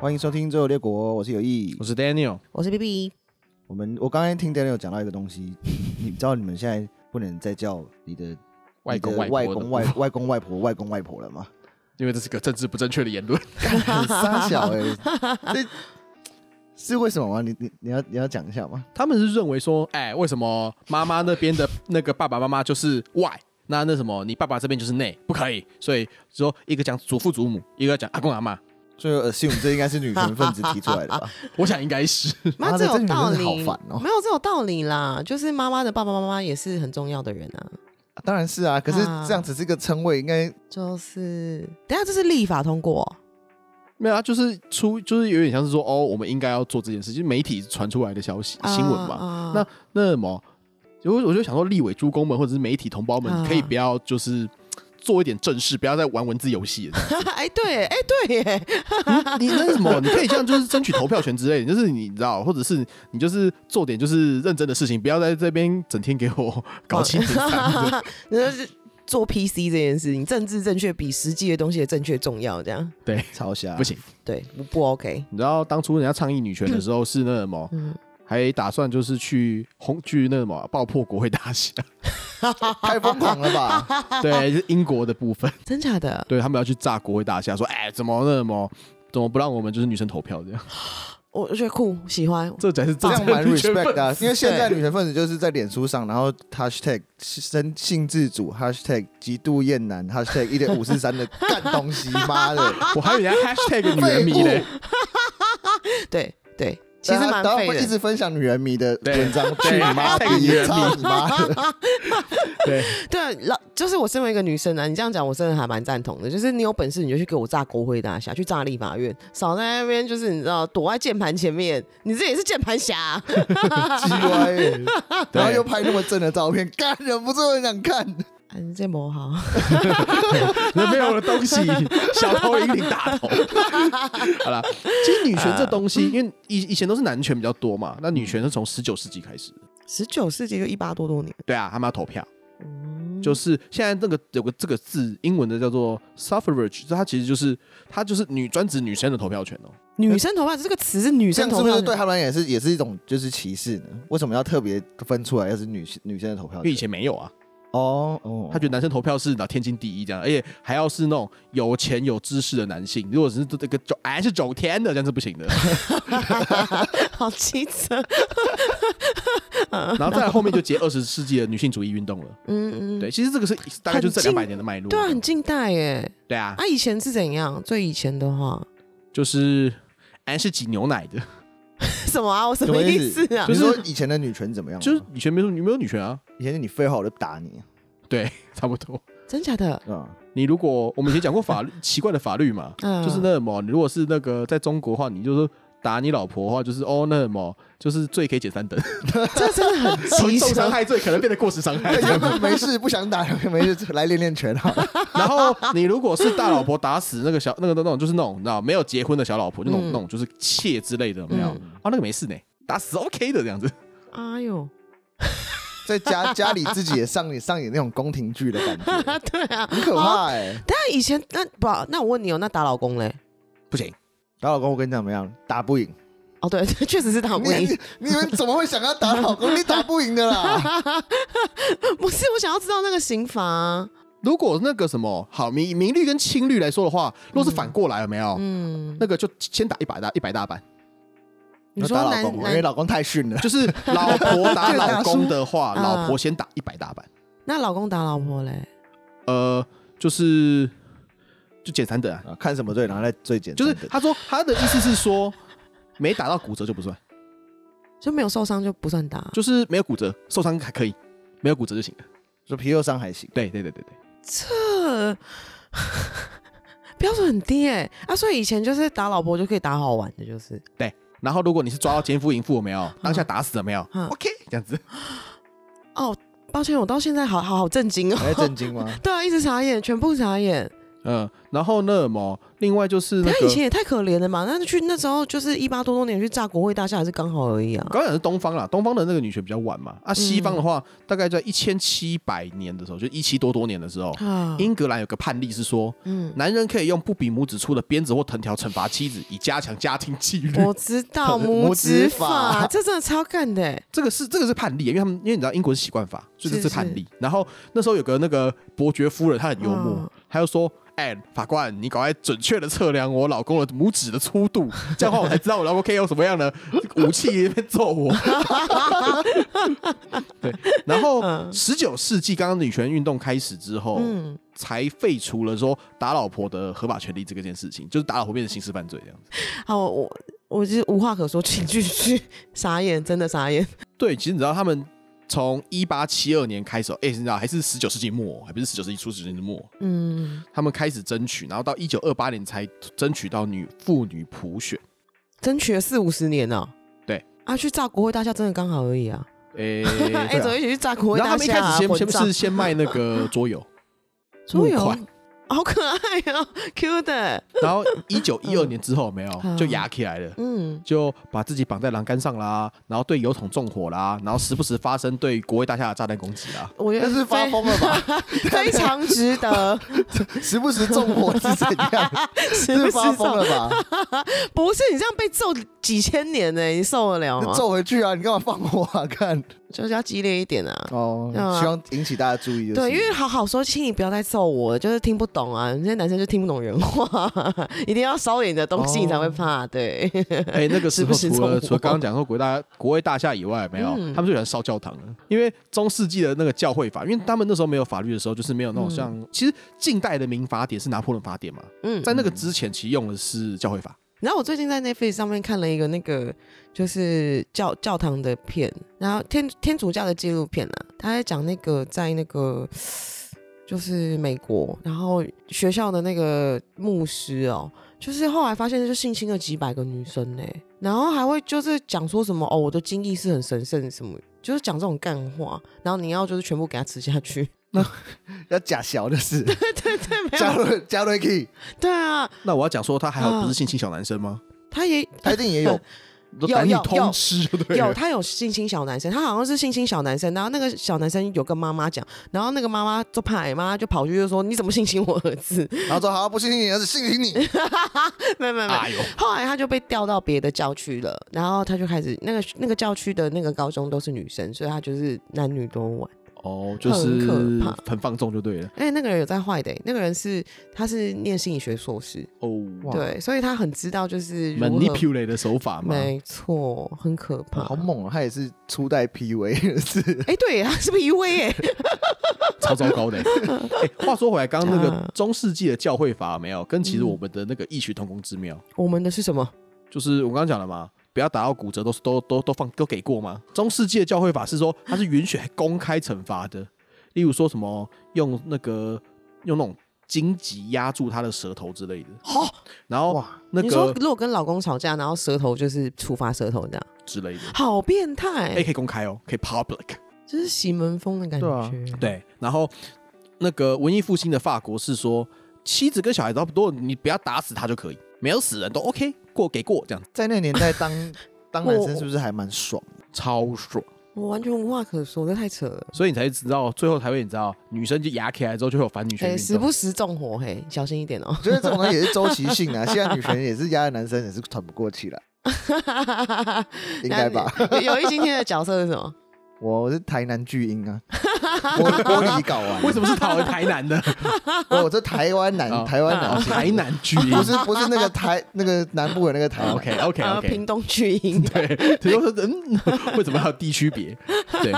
欢迎收听《周游列国》，我是有意我。是 Daniel，我是 B B，我们我刚才听 Daniel 讲到一个东西，你知道你们现在不能再叫你的外公你的外外婆的公外外公外婆外公外婆了 吗？因为这是个政治不正确的言论。很傻小哎、这是为什么吗？你你你要你要讲一下吗？他们是认为说，哎，为什么妈妈那边的那个爸爸妈妈就是外，那那什么你爸爸这边就是内，不可以。所以说一个讲祖父祖母，一个讲阿公阿妈，所以 assume 这应该是女权分子提出来的吧？我想应该是 妈妈的这有这女人道真理，的好烦哦没有这有道理啦，就是妈妈的爸爸妈妈也是很重要的人啊，当然是啊，可是啊这样只是个称谓，应该就是等一下这是立法通过哦、没有啊，就是出就是有点像是说，哦，我们应该要做这件事，就是媒体传出来的消息新闻嘛。啊那那什么，我我就想说，立委诸公们或者是媒体同胞们，啊可以不要就是做一点正事，不要再玩文字游戏了。 哎对哎对耶，你那是什么？你可以这样，就是争取投票权之类的，就是你知道，或者是你就是做点就是认真的事情，不要在这边整天给哦我搞清 楚。 就是做 PC 这件事情，政治正确比实际的东西的正确重要，这样对，超瞎。不行，对不不 OK？你知道当初人家倡议女权的时候是那什么，嗯，还打算就是去轰去那什么爆破国会大 厦，太疯狂了吧！对，是英国的部分，真假的？对他们要去炸国会大厦，说哎怎么那什么。怎么不让我们就是女生投票这样？ 我我觉得酷，喜欢。这才是这真样正蛮的女权 respect 的啊、分子因为现在女权分子就是在脸书上，然后 hashtag 生性自主，hashtag 极度厌男，hashtag 一点五四三的 干东西，妈的，我还以为人家 hashtag 女人迷嘞，对对，啊其实大家蛮大家废会一的。直分享女人迷的对文章，去对你妈 hashtag 女逼，人迷操你妈的！对，对，啊老就是我身为一个女生啊，你这样讲我真的还蛮赞同的。就是你有本事你就去给我炸国会大厦，去炸立法院，少在那边就是你知道躲在键盘前面，你这也是键盘侠 啊、鸡歪耶，对然后又拍那么正的照片，干忍不住很想看。哎你这么好，那没有的东西，小头引领大头。 好了，其实女权这东西，因为以以前都是男权比较多嘛，那女权是从十九世纪开始的。十九世纪就一八多多年，对啊，他们要投票，嗯就是现在那个有个这个字，英文的叫做 suffrage，它其实就是它就是女专指女生的投票权哦、女生投票这个词啊是女这生样是投不票是对他们也是也是一种就是歧视呢？为什么要特别分出来要是女女生的投票权？因为以前没有啊，哦哦，他觉得男生投票是那天经地义这样，而且还要是那种有钱有知识的男性，如果只是这个走哎是走天的，这样是不行的。 好机车，然后再来后面就结二十世纪的女性主义运动了。嗯嗯，对，其实这个是大概就是这很近两百年的脉络。对啊，很近代耶。对啊，啊，以前是怎样？最以前的话， 就是俺是挤牛奶的，什么啊？我什什么么意意思思啊比？就如是说以前的女权怎么样吗？ 就是以前没有你没有女权啊，以前你废话我就打你，对， 差不多。真假的？啊，你如果我们以前讲过法律 奇怪的法律嘛，嗯就是那什么，你如果是那个在中国的话，你就是打你老婆的话，就是哦那什么，就是罪可以减三 等， 这真的很从机 重伤车。害罪可能变得过失伤害。 原本 没事不想打， 没事来练练拳啊好了。然后你如果是大老婆打死那个小那个那种就是那种你知道没有结婚的小老婆，就那种、嗯那种就是妾之类的，有没有？嗯啊那个没事呢，打死 OK 的这样子。哎呦， 在家家里自己也上演上演那种宫廷剧的感觉， 对啊，很可怕哎、但以前那不，那我问你哦，那打老公嘞？不行，打老公，我跟你讲怎么样？打 不赢。哦，对，确实是打不赢。你你们怎么会想要打老公？你打不赢的啦！ 不是，我想要知道那个刑罚啊。如果那个什么好明明律跟清律来说的话，如果是反过来有没有？嗯，那个就先打一百大一百大板，你说打老男公，因为男老公太逊了。 就是老婆打老公的话， 嗯老婆先打一百大板，那老公打老婆嘞？呃，就是就减三等啊，啊看什么罪，然后再最简就单是的。他说他的意思是说。没打到骨折就 不算，就没有受伤就不算打，就是没有骨折，受伤还可以，没有骨折就行了。说皮肉伤还行，对对对对对，这标准很低哎、啊！所以以前就是打老婆就可以打好玩的，就是然后如果你是抓到奸夫淫妇有没有，当下打死了没有嗯？OK，这样子。哦。抱歉，我到现在好好好震惊哦。还在震惊吗？ 对啊，一直傻眼，全部傻眼。嗯，然后那么另外就是那他以前个。也太可怜了嘛，那去那时候就是一八多多年去炸国会大厦还是刚好而已啊我。刚刚讲是东方啦，东方的那个女权比较晚嘛，啊，西方的话、大概在一千七百年的时候，就一七多多年的时候，啊，英格兰有个判例是说，嗯，男人可以用不比拇指粗的鞭子或藤条惩罚妻子，以加强家庭纪律。我知道拇拇指指法法，这真的超干的欸。这个是这个是判例，因为他们因为你知道英国是习惯法，所以这是是判例。然后那时候有个那个伯爵夫人，她很幽默嗯，她就说：“哎、法官，你赶快准确的测量我老公的拇指的粗度， 这样的话我才知道我老公可以用什么样的 武器来揍我。” 对，然后嗯十九世纪刚刚女权运动开始之后，嗯，才废除了说打老婆的合法权利这个件事情，就是打老婆变成刑事犯罪这样子。好，我我就是无话可说，请继续。傻眼，真的傻眼。对，其实你知道他们从一八七二年开始哦，哎、你知道还是十九世纪末，哦还不是十九世纪初，十九世纪末，哦嗯，他们开始争取，然后到一九二八年才争取到女妇女普选。争取了四五十年呢。对啊，去炸国会大厦真的刚好而已啊。诶、 哎，怎么一起去炸国会然后大他们一厦开始啊？先混先账是先卖那个桌游，桌木游块，好可爱哦，Q 的。然后一九 一二年之后有没有就压起来了。嗯，就把自己绑在栏杆上啦，然后对油桶纵火啦，然后时不时发生对国会大厦的炸弹攻击啦。我觉那得是发非疯了吧？非常值得，时不时纵火是怎样？ 是是不发是疯受？了吧？不是你这样被揍几千年呢、你受得了吗那？揍回去啊！你干嘛放火啊？看就是要激烈一点啊。哦对，啊希望引起大家注意就是。对，因为好好说，请你不要再揍我了，就是听不懂啊。你这些男生就听不懂人话， 一定要烧点你的东西，哦你才会怕。对， 哎、那个时候时不时除纵了火除了刚刚讲说国大国会大厦以外，没有、嗯他们就喜欢烧教堂了，因为中世纪的那个教会法，因为他们那时候没有法律的时候，就是没有那种像、其实近代的民法典是拿破仑法典嘛，嗯。在那个之前其实用的是教会法，然后我最近在 Netflix 上面看了一个那个就是教教堂的片，然后天天主教的纪录片啊，他在讲那个在那个就是美国，然后学校的那个牧师哦，就是后来发现就性侵了几百个女生呢、然后还会就是讲说什么哦，我的精力是很神圣什么。就是讲这种干话，然后你要就是全部给他吃下去， 要假小的 是对对对，没加有，瑞加瑞 key，对啊，那我要讲说他还好啊不是性侵小男生吗？他也他一定也 有都男女有通吃就对有，了。他有性侵小男生，他好像是性侵小男生，然后那个小男生有跟妈妈讲，然后那个妈妈就怕欸，妈妈就跑去就说你怎么性侵我儿子？ 然后说好不信你，而是信你。 没有没有没有。哎呦，后来他就被调到别的教区了，然后他就开始那个那个教区的那个高中都是女生，所以他就是男女都玩。哦，就很是可怕很放纵就对了。哎、那个人有在坏的欸、那个人是他是念心理学硕士，哦，哇对，所以他很知道就是如何，manipulate 的手法嘛，没错，很可怕。好猛哦！他也是初代 PUA，是哎、对，他是不是 U V 哎？超糟 糕的欸、哎话说回来，刚刚那个啊中世纪的教会法有没有跟嗯其实我们的那个异曲同工之妙， 我们的是什么？就是我刚刚讲了嘛。不要打到骨折，都是都都都放都给过吗？中世纪的教会法是说，它是允许公开惩罚的，例如说什么用那个用那种荆棘压住他的舌头之类的。好、然后哇，那你说个如果跟老公吵架，然后舌头就是触发舌头这样，之类的，好变态、哎、可以公开哦，可以 public。这是洗门风的感觉。对啊对，然后那个文艺复兴的法国是说，妻子跟小孩差不多，你不要打死他就可以，没有死人都 OK，过给过这样子，在那个年代当 当男生是不是还蛮爽？超爽。我完全无话可说，这太扯了。所以你才知道，最后才会你知道，女生就压起来之后就会有反女权哎、运时动。不时纵火，嘿，小心一点哦我。觉得这种东西也是周期性啊。现在女权也是压在男生也是喘不过气了， 应该吧？那你？ 有一今天的角色是什么？我是台南巨婴 啊，我玻璃搞完， 为什么是讨回台南的？么？我这台湾哦男，台湾哦男性， 台南居 不是不是那个台那个南部的那个台南 OK OK 呃，屏 OK，东巨婴。啊对，只就是嗯， 为什么还有地区别？对，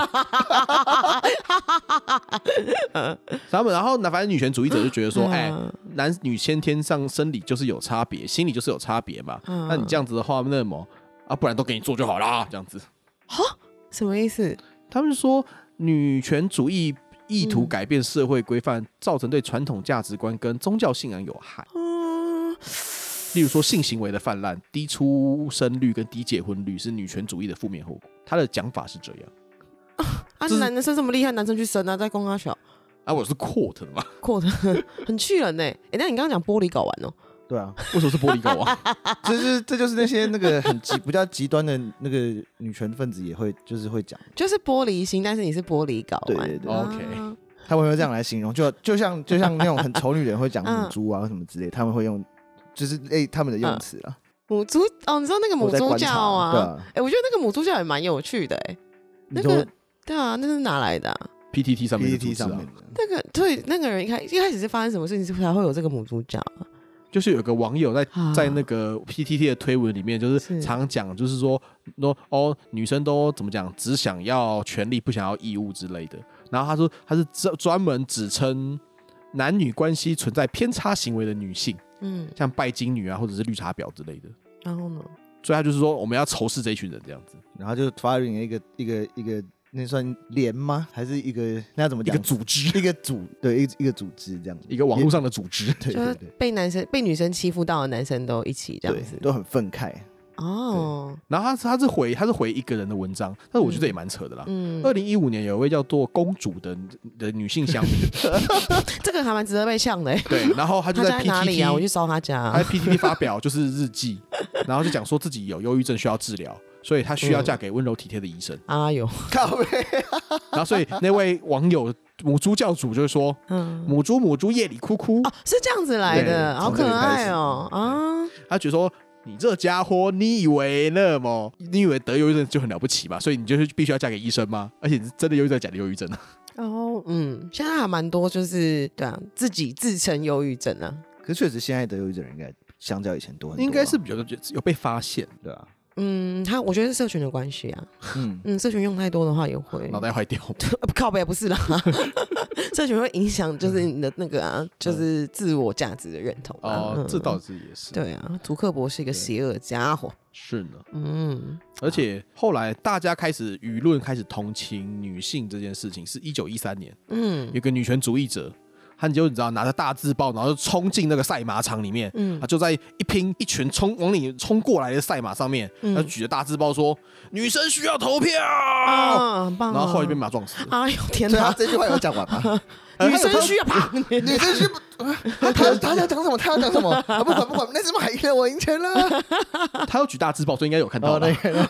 他们然后那反正女权主义者就觉得说，哎、嗯男女先天上生理就是有差别，心理就是有差别嘛。嗯那你这样子的话，那么啊，不然都给你做就好啦，这样子。什么意思？他们说女权主义意图嗯改变社会规范，造成对传统价值观跟宗教信仰有害，嗯，例如说性行为的泛滥、低出生率跟低结婚率是女权主义的负面后果。他的讲法是这样。啊这是，男生这么厉害，男生去生啊，在公阿小。啊，我是 quote 的嘛，扩的很气人呢、欸。哎、那你刚刚讲玻璃搞完哦、对啊，为什么是玻璃狗 啊？就是这就是那些那个很极比较极端的那个女权分子也会就是会讲，就是玻璃心，但是你是玻璃搞完。对对对啊 OK 他们会这样来形容，就就像就像那种很丑女人会讲嗯母猪啊什么之类，他们会用就是诶、他们的用词啊，母猪哦，你知道那个嗯母我在猪观叫察啊？对哎、啊我觉得那个母猪叫也蛮有趣的哎、你那说个对啊，那是哪来的、啊？ PTT 上面的 PPT 组织啊上面的，那个对，那个人一开一开始是发生什么事情才会有这个母猪叫啊？就是有个网友在啊在那个 PTT 的推文里面，就是是常讲，就是说，说哦，女生都怎么讲，只想要权利，不想要义务之类的。然后他说，他是专专门指称男女关系存在偏差行为的女性，嗯，像拜金女啊，或者是绿茶婊之类的。然后呢？所以他就是说，我们要仇视这一群人，这样子然后就发明了一个一个一个那算联吗？还是一个那要怎么一讲个？组织，一个组对一个一个组织这样，一个网络上的组织。 对就是对对被男生被女生欺负到的男生都一起这样对子，都很愤慨。哦，然后他他是回他是回一个人的文章，但是我觉得也蛮扯的啦。嗯二，零一五年有一位叫做公主的的女性乡民， 这个还蛮值得被呛的、欸。对，然后她就他家在在哪里啊？我 PTT 去烧他家、哎他在 PTT 发表就是日记， 然后就讲说自己有忧郁症需要治疗，所以她需要嫁给温柔体贴的医生。 啊有，靠背，然后所以那位网友母猪教主就说嗯，母猪母猪夜里哭哭，哦，是这样子来的，对好从可这里开始嗯爱哦、啊！他觉得说。你这家伙，你以为那么？你以为得忧郁症就很了不起嘛？所以你就是必须要嫁给医生吗？而且你是真的忧郁症，假的忧郁症啊？然后嗯，现在还蛮多，就是对啊，自己自称忧郁症啊，可是确实现在得忧郁症人应该相较以前多很多啊，应该是比较有被发现，对啊，嗯，他我觉得是社群的关系啊，嗯，嗯，社群用太多的话也会脑袋坏掉。呃靠背不是啦，社群会影响就是嗯你的那个啊，就是自我价值的认同啊，哦 嗯，这倒是也是，对啊，祖克伯是一个邪恶家伙，是呢。嗯，而且后来大家开始舆论开始同情女性这件事情，是一九一三年。嗯有个女权主义者，她就你知道拿着大字报，然后就冲进那个赛马场里面，嗯她就在一拼一群冲往你冲过来的赛马上面，嗯她举着大字报说：“女生需要投票。啊，很棒啊，然后后来就被马撞死了。哎哎呦天对啊，哪，这句话有讲完吗？啊女 生需要啪，女生需不？他他他要讲什么？他要讲什么？啊，不管不管，那只马赢了，我赢钱了。她又举大字报，所以应该有看到哦，吧那个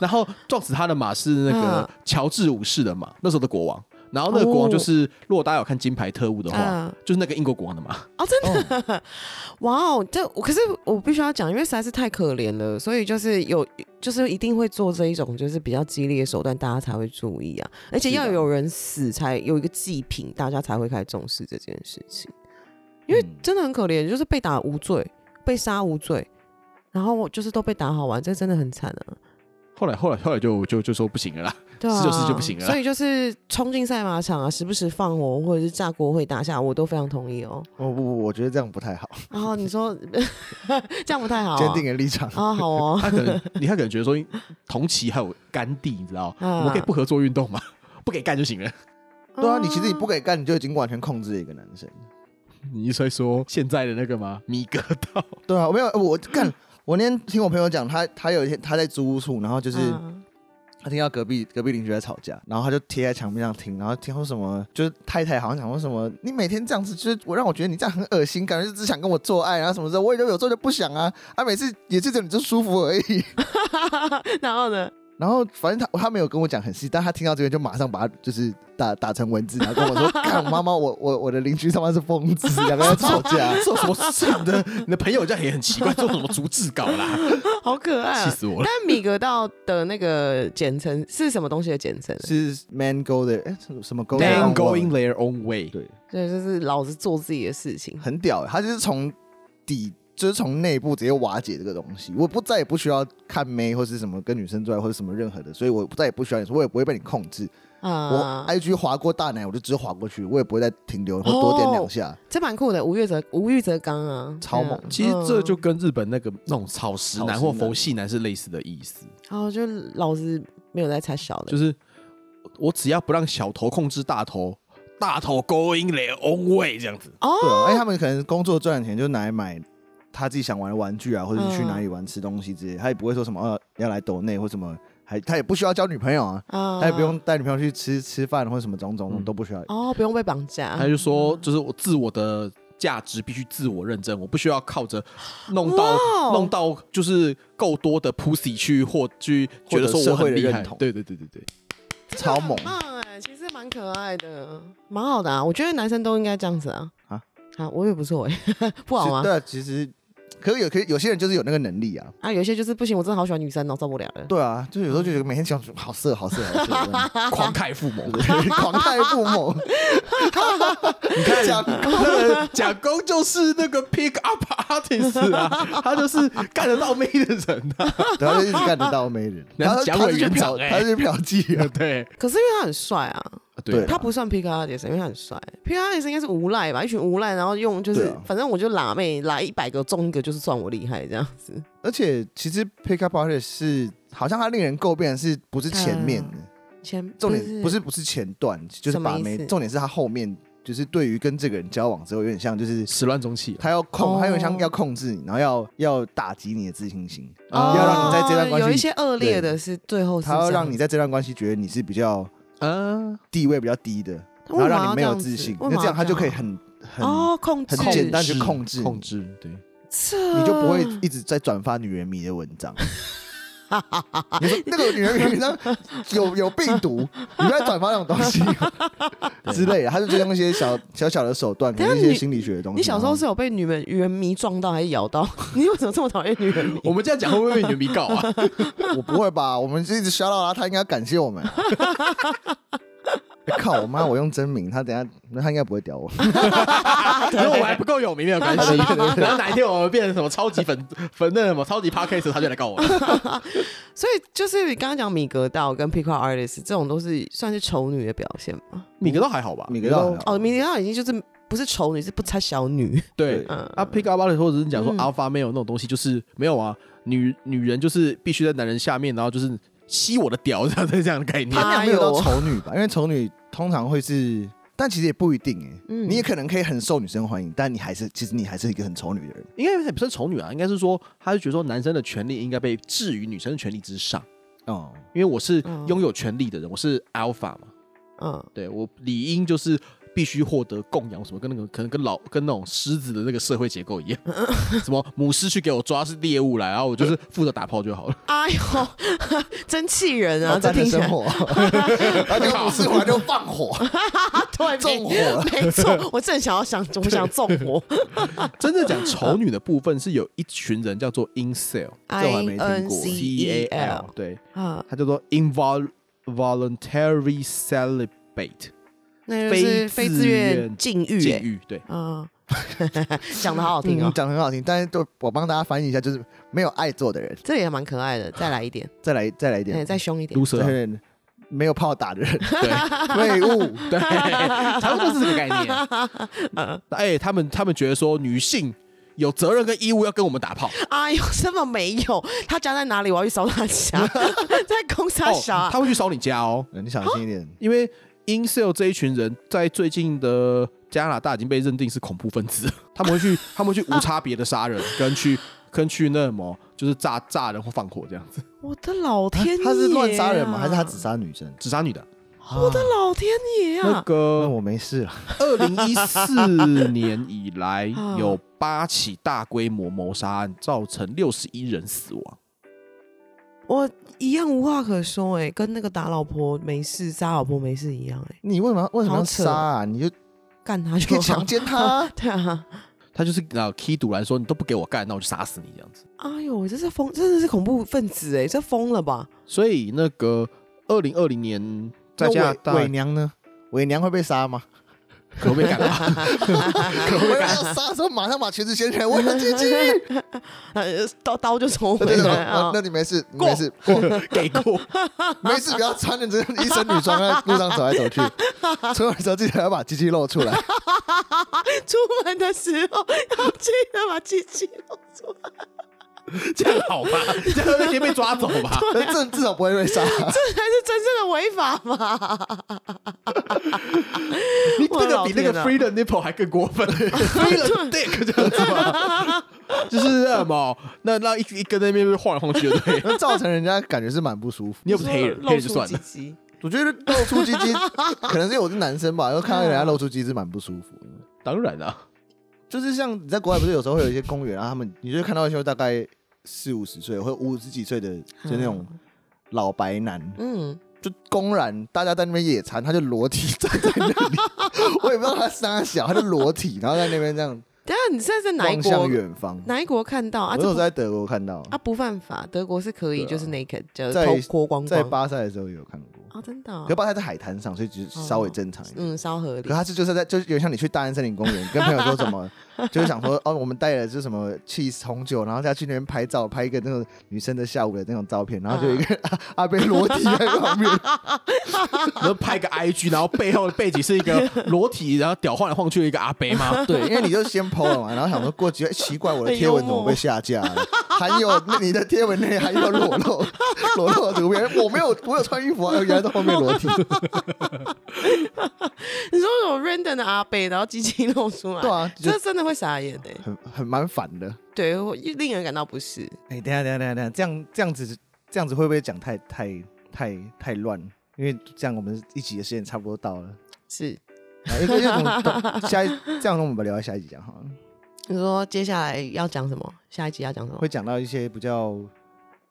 然后撞死她的马是那个嗯哦乔治五世的马，那时候的国王。然后那个国王就是，如果大家有看《金牌特务》的话嗯，就是那个英国国王的马。哦，真的， 哇哦！这我可是我必须要讲，因为实在是太可怜了，所以就是有就是一定会做这一种就是比较激烈的手段，大家才会注意啊，而且是的要有人死才有一个祭品，大家才会开始重视这件事情， 因为嗯真的很可怜，就是被打无罪，被杀无罪，然后就是都被打好玩，这真的很惨啊！后来，后来，后来就就就说不行 了啦。对啊，是就是就不行了啦所以就是冲进赛马场啊，时不时放火或者是炸国会打下，我都非常同意哦。我不不，我觉得这样不太好，然后你说 这样不太好、啊，坚定的立场。啊，好哦。他可能，你他可能觉得说，同期还有甘地，你知道，嗯我们可以不合作运动嘛，不给干就行了。 对哦啊，你其实你不给干，你就已经完全控制了一个男生。你是在说现在的那个吗？米格 道，对啊，我没有，我干。我那天听我朋友讲，他他有一天他在租屋处，然后就是嗯他听到隔壁隔壁邻居在吵架，然后他就贴在墙壁上听，然后听说什么就是太太好像讲说什么，你每天这样子，就是我让我觉得你这样很恶心，感觉就只想跟我做爱，然啊后什么时候我也就有时候就不想啊，啊每次也是只有你就舒服而已。然后呢？然后反正他他没有跟我讲很细，但他听到这边就马上把它就是打打成文字，然后跟我说：“看我妈妈，我我我的邻居他妈是疯子，两个人在吵 架。做什么事你的你的朋友这样也很奇怪，做什么逐字稿啦？好可爱、啊！气死我了！但米格道的那个简称是什么东西的简称”？啊是 man go 的，哎，什么什么 go 的 Man 忘了 going their own way，对，对，就是老子做自己的事情。很屌，他就是从底，就是从内部直接瓦解这个东西。我不再也不需要看妹或是什么跟女生做爱或者什么任何的，所以我再也不需要你说，我也不会被你控制。啊我，IG 哎划过大奶，我就直接划过去，我也不会再停留或多点两 下。 哦这蛮酷的。无欲则无欲则刚啊，超猛对啊其实这就跟日本那个那种草食嗯男草食男或佛系男是类似的意思，然后就老子没有在踩小的，就是我只要不让小头控制大头，大头 going their own way 这样子。对哦，啊，而且他们可能工作赚的钱就拿来买他自己想玩的玩具啊，或者是去嗯呃哪里玩、吃东西之类的，他也不会说什么哦要来抖内或什么，还他也不需要交女朋友啊，啊，他也不用带女朋友去吃吃饭或者什么种种嗯都不需要。哦，不用被绑啊架他。就说，就是我自我的价值必须自我认证，我不需要靠着弄到哇哦弄到就是够多的 pussy 去或去觉得说获得社我很厉会的害认同。对对对对 对，超猛这个很棒哎，其实蛮可爱的，蛮好的啊。我觉得男生都应该这样子啊。啊啊，我也不错哎， 不好其吗对？啊，其实可有可有些人就是有那个能力啊。啊，有一些就是不行，我真的好喜欢女生哦，受不了了。对啊，就是有时候就觉得每天想好色好色好色，真的狂态父 母。 就是狂态父 母。你看讲那个蒋公就是那个 pick up artist 啊，他就是干得到妹的人啊。对，他就一直干得到没人。然后他蒋他委是去员嫖，长欸他是去嫖妓 啊。对可是因为他很帅啊，对他不算皮卡迪斯，因为他很帅。皮卡迪斯应该是无赖吧，一群无赖，然后用就是，对啊反正我就拉妹拉一百个中一个，就是算我厉害这样子。而且其实 pick up artist 是好像他令人诟病的是不是前面的，前重点不是不是前段，就嗯是什么把意妹思，重点是他后面就是对于跟这个人交往之后有点像就是。始乱终弃了。他要控，哦他有点像要控制你，然后要要打击你的自信心，哦要让你在这段关系有一些恶劣的是最后是他要这样让你在这段关系觉得你是比较嗯，地位比较低的，他为什么然后让要你没这有样自子信，为那什这么样他要就可以样很很，哦控制很简单去控制你控制，对，这你就不嗯会一直在转发女人迷的文章。 你说那个女人迷文章 有有病毒，你不要转发那种东西之类的，他就就用一些小小小的手段，可等下能一些你心理学的东西。哦你小时候是有被女人女人迷撞到还是咬到？ 你为什么这么讨厌女人迷？我们这样讲会不会被你们迷告 啊？然后我不会吧？我们就一直笑到他，他应该要感谢 我们啊。哎靠我妈！我用真名，他等下那他应该不会屌我。啊因为我还不够有名，没有关 系。然后哪一天我们变成什么超级粉粉那什么超级 podcast，他就来告我。所以就是你刚刚讲米格道跟 Pico Artist 这种都是算是丑女的表现嘛？米格倒还好吧？米格道还好哦，米格道已经就是不是丑女，是不差小女。对对嗯啊，pick up artist 或者是讲说嗯 alpha male 那种东西，就是没有啊，女女人就是必须在男人下面，然后就是吸我的屌这样这样的概念他。那样没有到哎呦丑女吧？因为丑女通常会是，但其实也不一定哎、嗯你也可能可以很受女生欢迎，但你还是其实你还是一个很丑女的人。应该也不算丑女啊，应该是说，他就觉得说男生的权利应该被置于女生的权利之上，哦、因为我是嗯拥有权利的人，我是 alpha 嘛，嗯，对我理应就是必须获得供养，什么跟那个可能跟老跟那种狮子的那个社会结 构一样，什么母狮去给我抓是猎物来，然后我就是负责打炮就好了。哎呦， 真气人然啊！后这在听起生来 活，然后结果不是完就放火，对，纵火没 没错，我正想要想，我想纵火。 真正讲丑女的部分是有一群人叫做 incel。这我还没听过 C A L， INCEL 对，E 啊，它叫做 involuntary celibate 那就是非非自自愿愿禁欲禁欸，欲，对，啊，讲的好好听嗯哦，讲的很 好听，但是就我帮大家翻译一下，就是没有爱做的人，这也蛮可爱的。再来一点，再来再来一哎，点，再凶一点毒，这蛇些，人没有炮打的 人，对废物。对， 差不多是这个概念。哎，他们他们觉得说女性有责任跟义务要跟我们打炮，哎呦，根本没有，他家在哪里？我要去搜他 家，在攻杀小哦，啊。他会去烧你家哦，你小心一点，因为 incel 这一群人在最近的加拿大已经被认定是恐怖分子， 他们会去他们会去无差别的杀人，跟去跟去那什么就是炸炸人或放火这样子，我的老天爷啊！他是乱杀人吗？还是他只杀女生？只杀女的。 我的老天爷那啊！个那我没事了，二零一四年以来，有八起大规模谋杀案，造成六十一人死亡。我一样无话可说哎，跟那个打老婆没事、杀老婆没事一样哎，你为什么为什么要杀啊？你就干他 可以就好强。奸他， 对啊，他就是拿 key 赌来说，你都不给我干，那我就杀死你这样子。哎呦，这是疯，真的是恐怖分子哎，这疯了 吧？所以那个二零二零年在那加拿伪大伪娘呢？伪娘会被杀 吗？可啊能被干嘛？我要杀的时候，马上把裙子掀起来，我要 进去。呃，刀刀就从那回就来啊哦那。你没事，你过没事，过给过没事，不要穿着这一身女装在路上走来走 去。出门的时候记得要把鸡鸡露出来，出门的时候要记得把鸡鸡露出来， 这样好吧？这样那天被抓走 吧？但这至少不会被杀。这才是真正的违法嘛！你我的这个老比那个天啊 free the nipple 还更过分，free the dick 这样子吗？ 就是什么？那那一一根在那边晃来晃去的，对。 那造成人家感觉是蛮不舒服。你又不是黑人，黑露人就出算鸡了。鸡，我觉得露出鸡鸡，可能是因为我是男生吧，然后看到人家露出鸡鸡蛮不舒服的。当然啊啦，就是像你在国外，不是有时候会有一些公园，然后啊他们你就会看到一些大概四五十岁或者五十几岁的，就那种老白男，嗯，就公然大家在那边野餐，他就裸体站在那 里，我也不知道他啥小，他就裸体，然后在那边这样等一下你现在在哪一望国向？远方。哪一国看到啊？我这有不在德国看到，啊不犯法，德国是可以，就是 naked，就是在头脱光在光。巴塞的时候也有看过，啊，真嗯的哦哦可，巴塞在海滩上，所以只是稍微正常一点。嗯，稍合理可。他是就是在就是有点像你去大安森林公园，跟朋友说什么，就是想说哦，我们带了就是什么 cheese 红酒，然后再去那边拍照，拍一个那种女生的下午的那种照片，然后就有一个、嗯 阿贝裸体在 旁边，然后拍个 IG，然后背后的背景是一个裸体，然后屌晃来晃去的一个阿伯 吗？ 对，因为你就先 PO 了嘛，然后想说过几天奇怪我的贴文怎么被下架了，还有那你的贴文内还有裸露 裸露的图片，我没有我有穿衣服啊，原来在后面 裸体，你说有 random 的阿贝，然后鸡鸡露出来，对啊，就这真的会傻眼哎、很很蛮反的。对，我令人感到不适。哎、等一下等一下等一下等一下，这样这样子这样子会不会讲太太太太乱？因为这样我们一集的时间差不多到了，是，啊因为因为我们等下一这样，我们聊到下一集讲好了，你说接下来要讲什么？下一集要讲什么？会讲到一些比较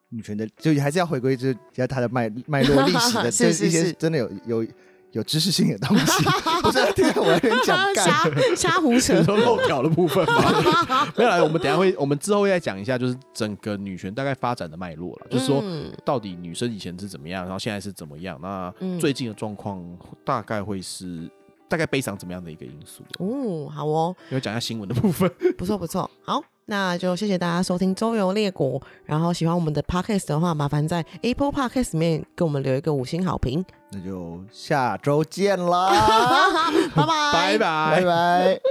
女权的，就还是要回归就是比较它的脉脉络历史 的，是这是一些是真的有有有知识性的东西，不是要听我在那边 讲干。瞎瞎胡扯 你。说漏屌的部分吗？没有啦，我们等一下会，我们之后会再讲一下，就是整个女权大概发展的脉络了，就是说嗯到底女生以前是怎么样，然后现在是怎么样，那嗯最近的状况大概会是大概悲伤怎么样的一个因素？哦，好哦，因为讲一下新闻的部分，不错不错， 好，那就谢谢大家收听《周游列国》，然后喜欢我们的 podcast 的话，麻烦在 Apple Podcast 里面给我们留一个五星好评，那就下周见啦，拜拜，拜拜拜。拜。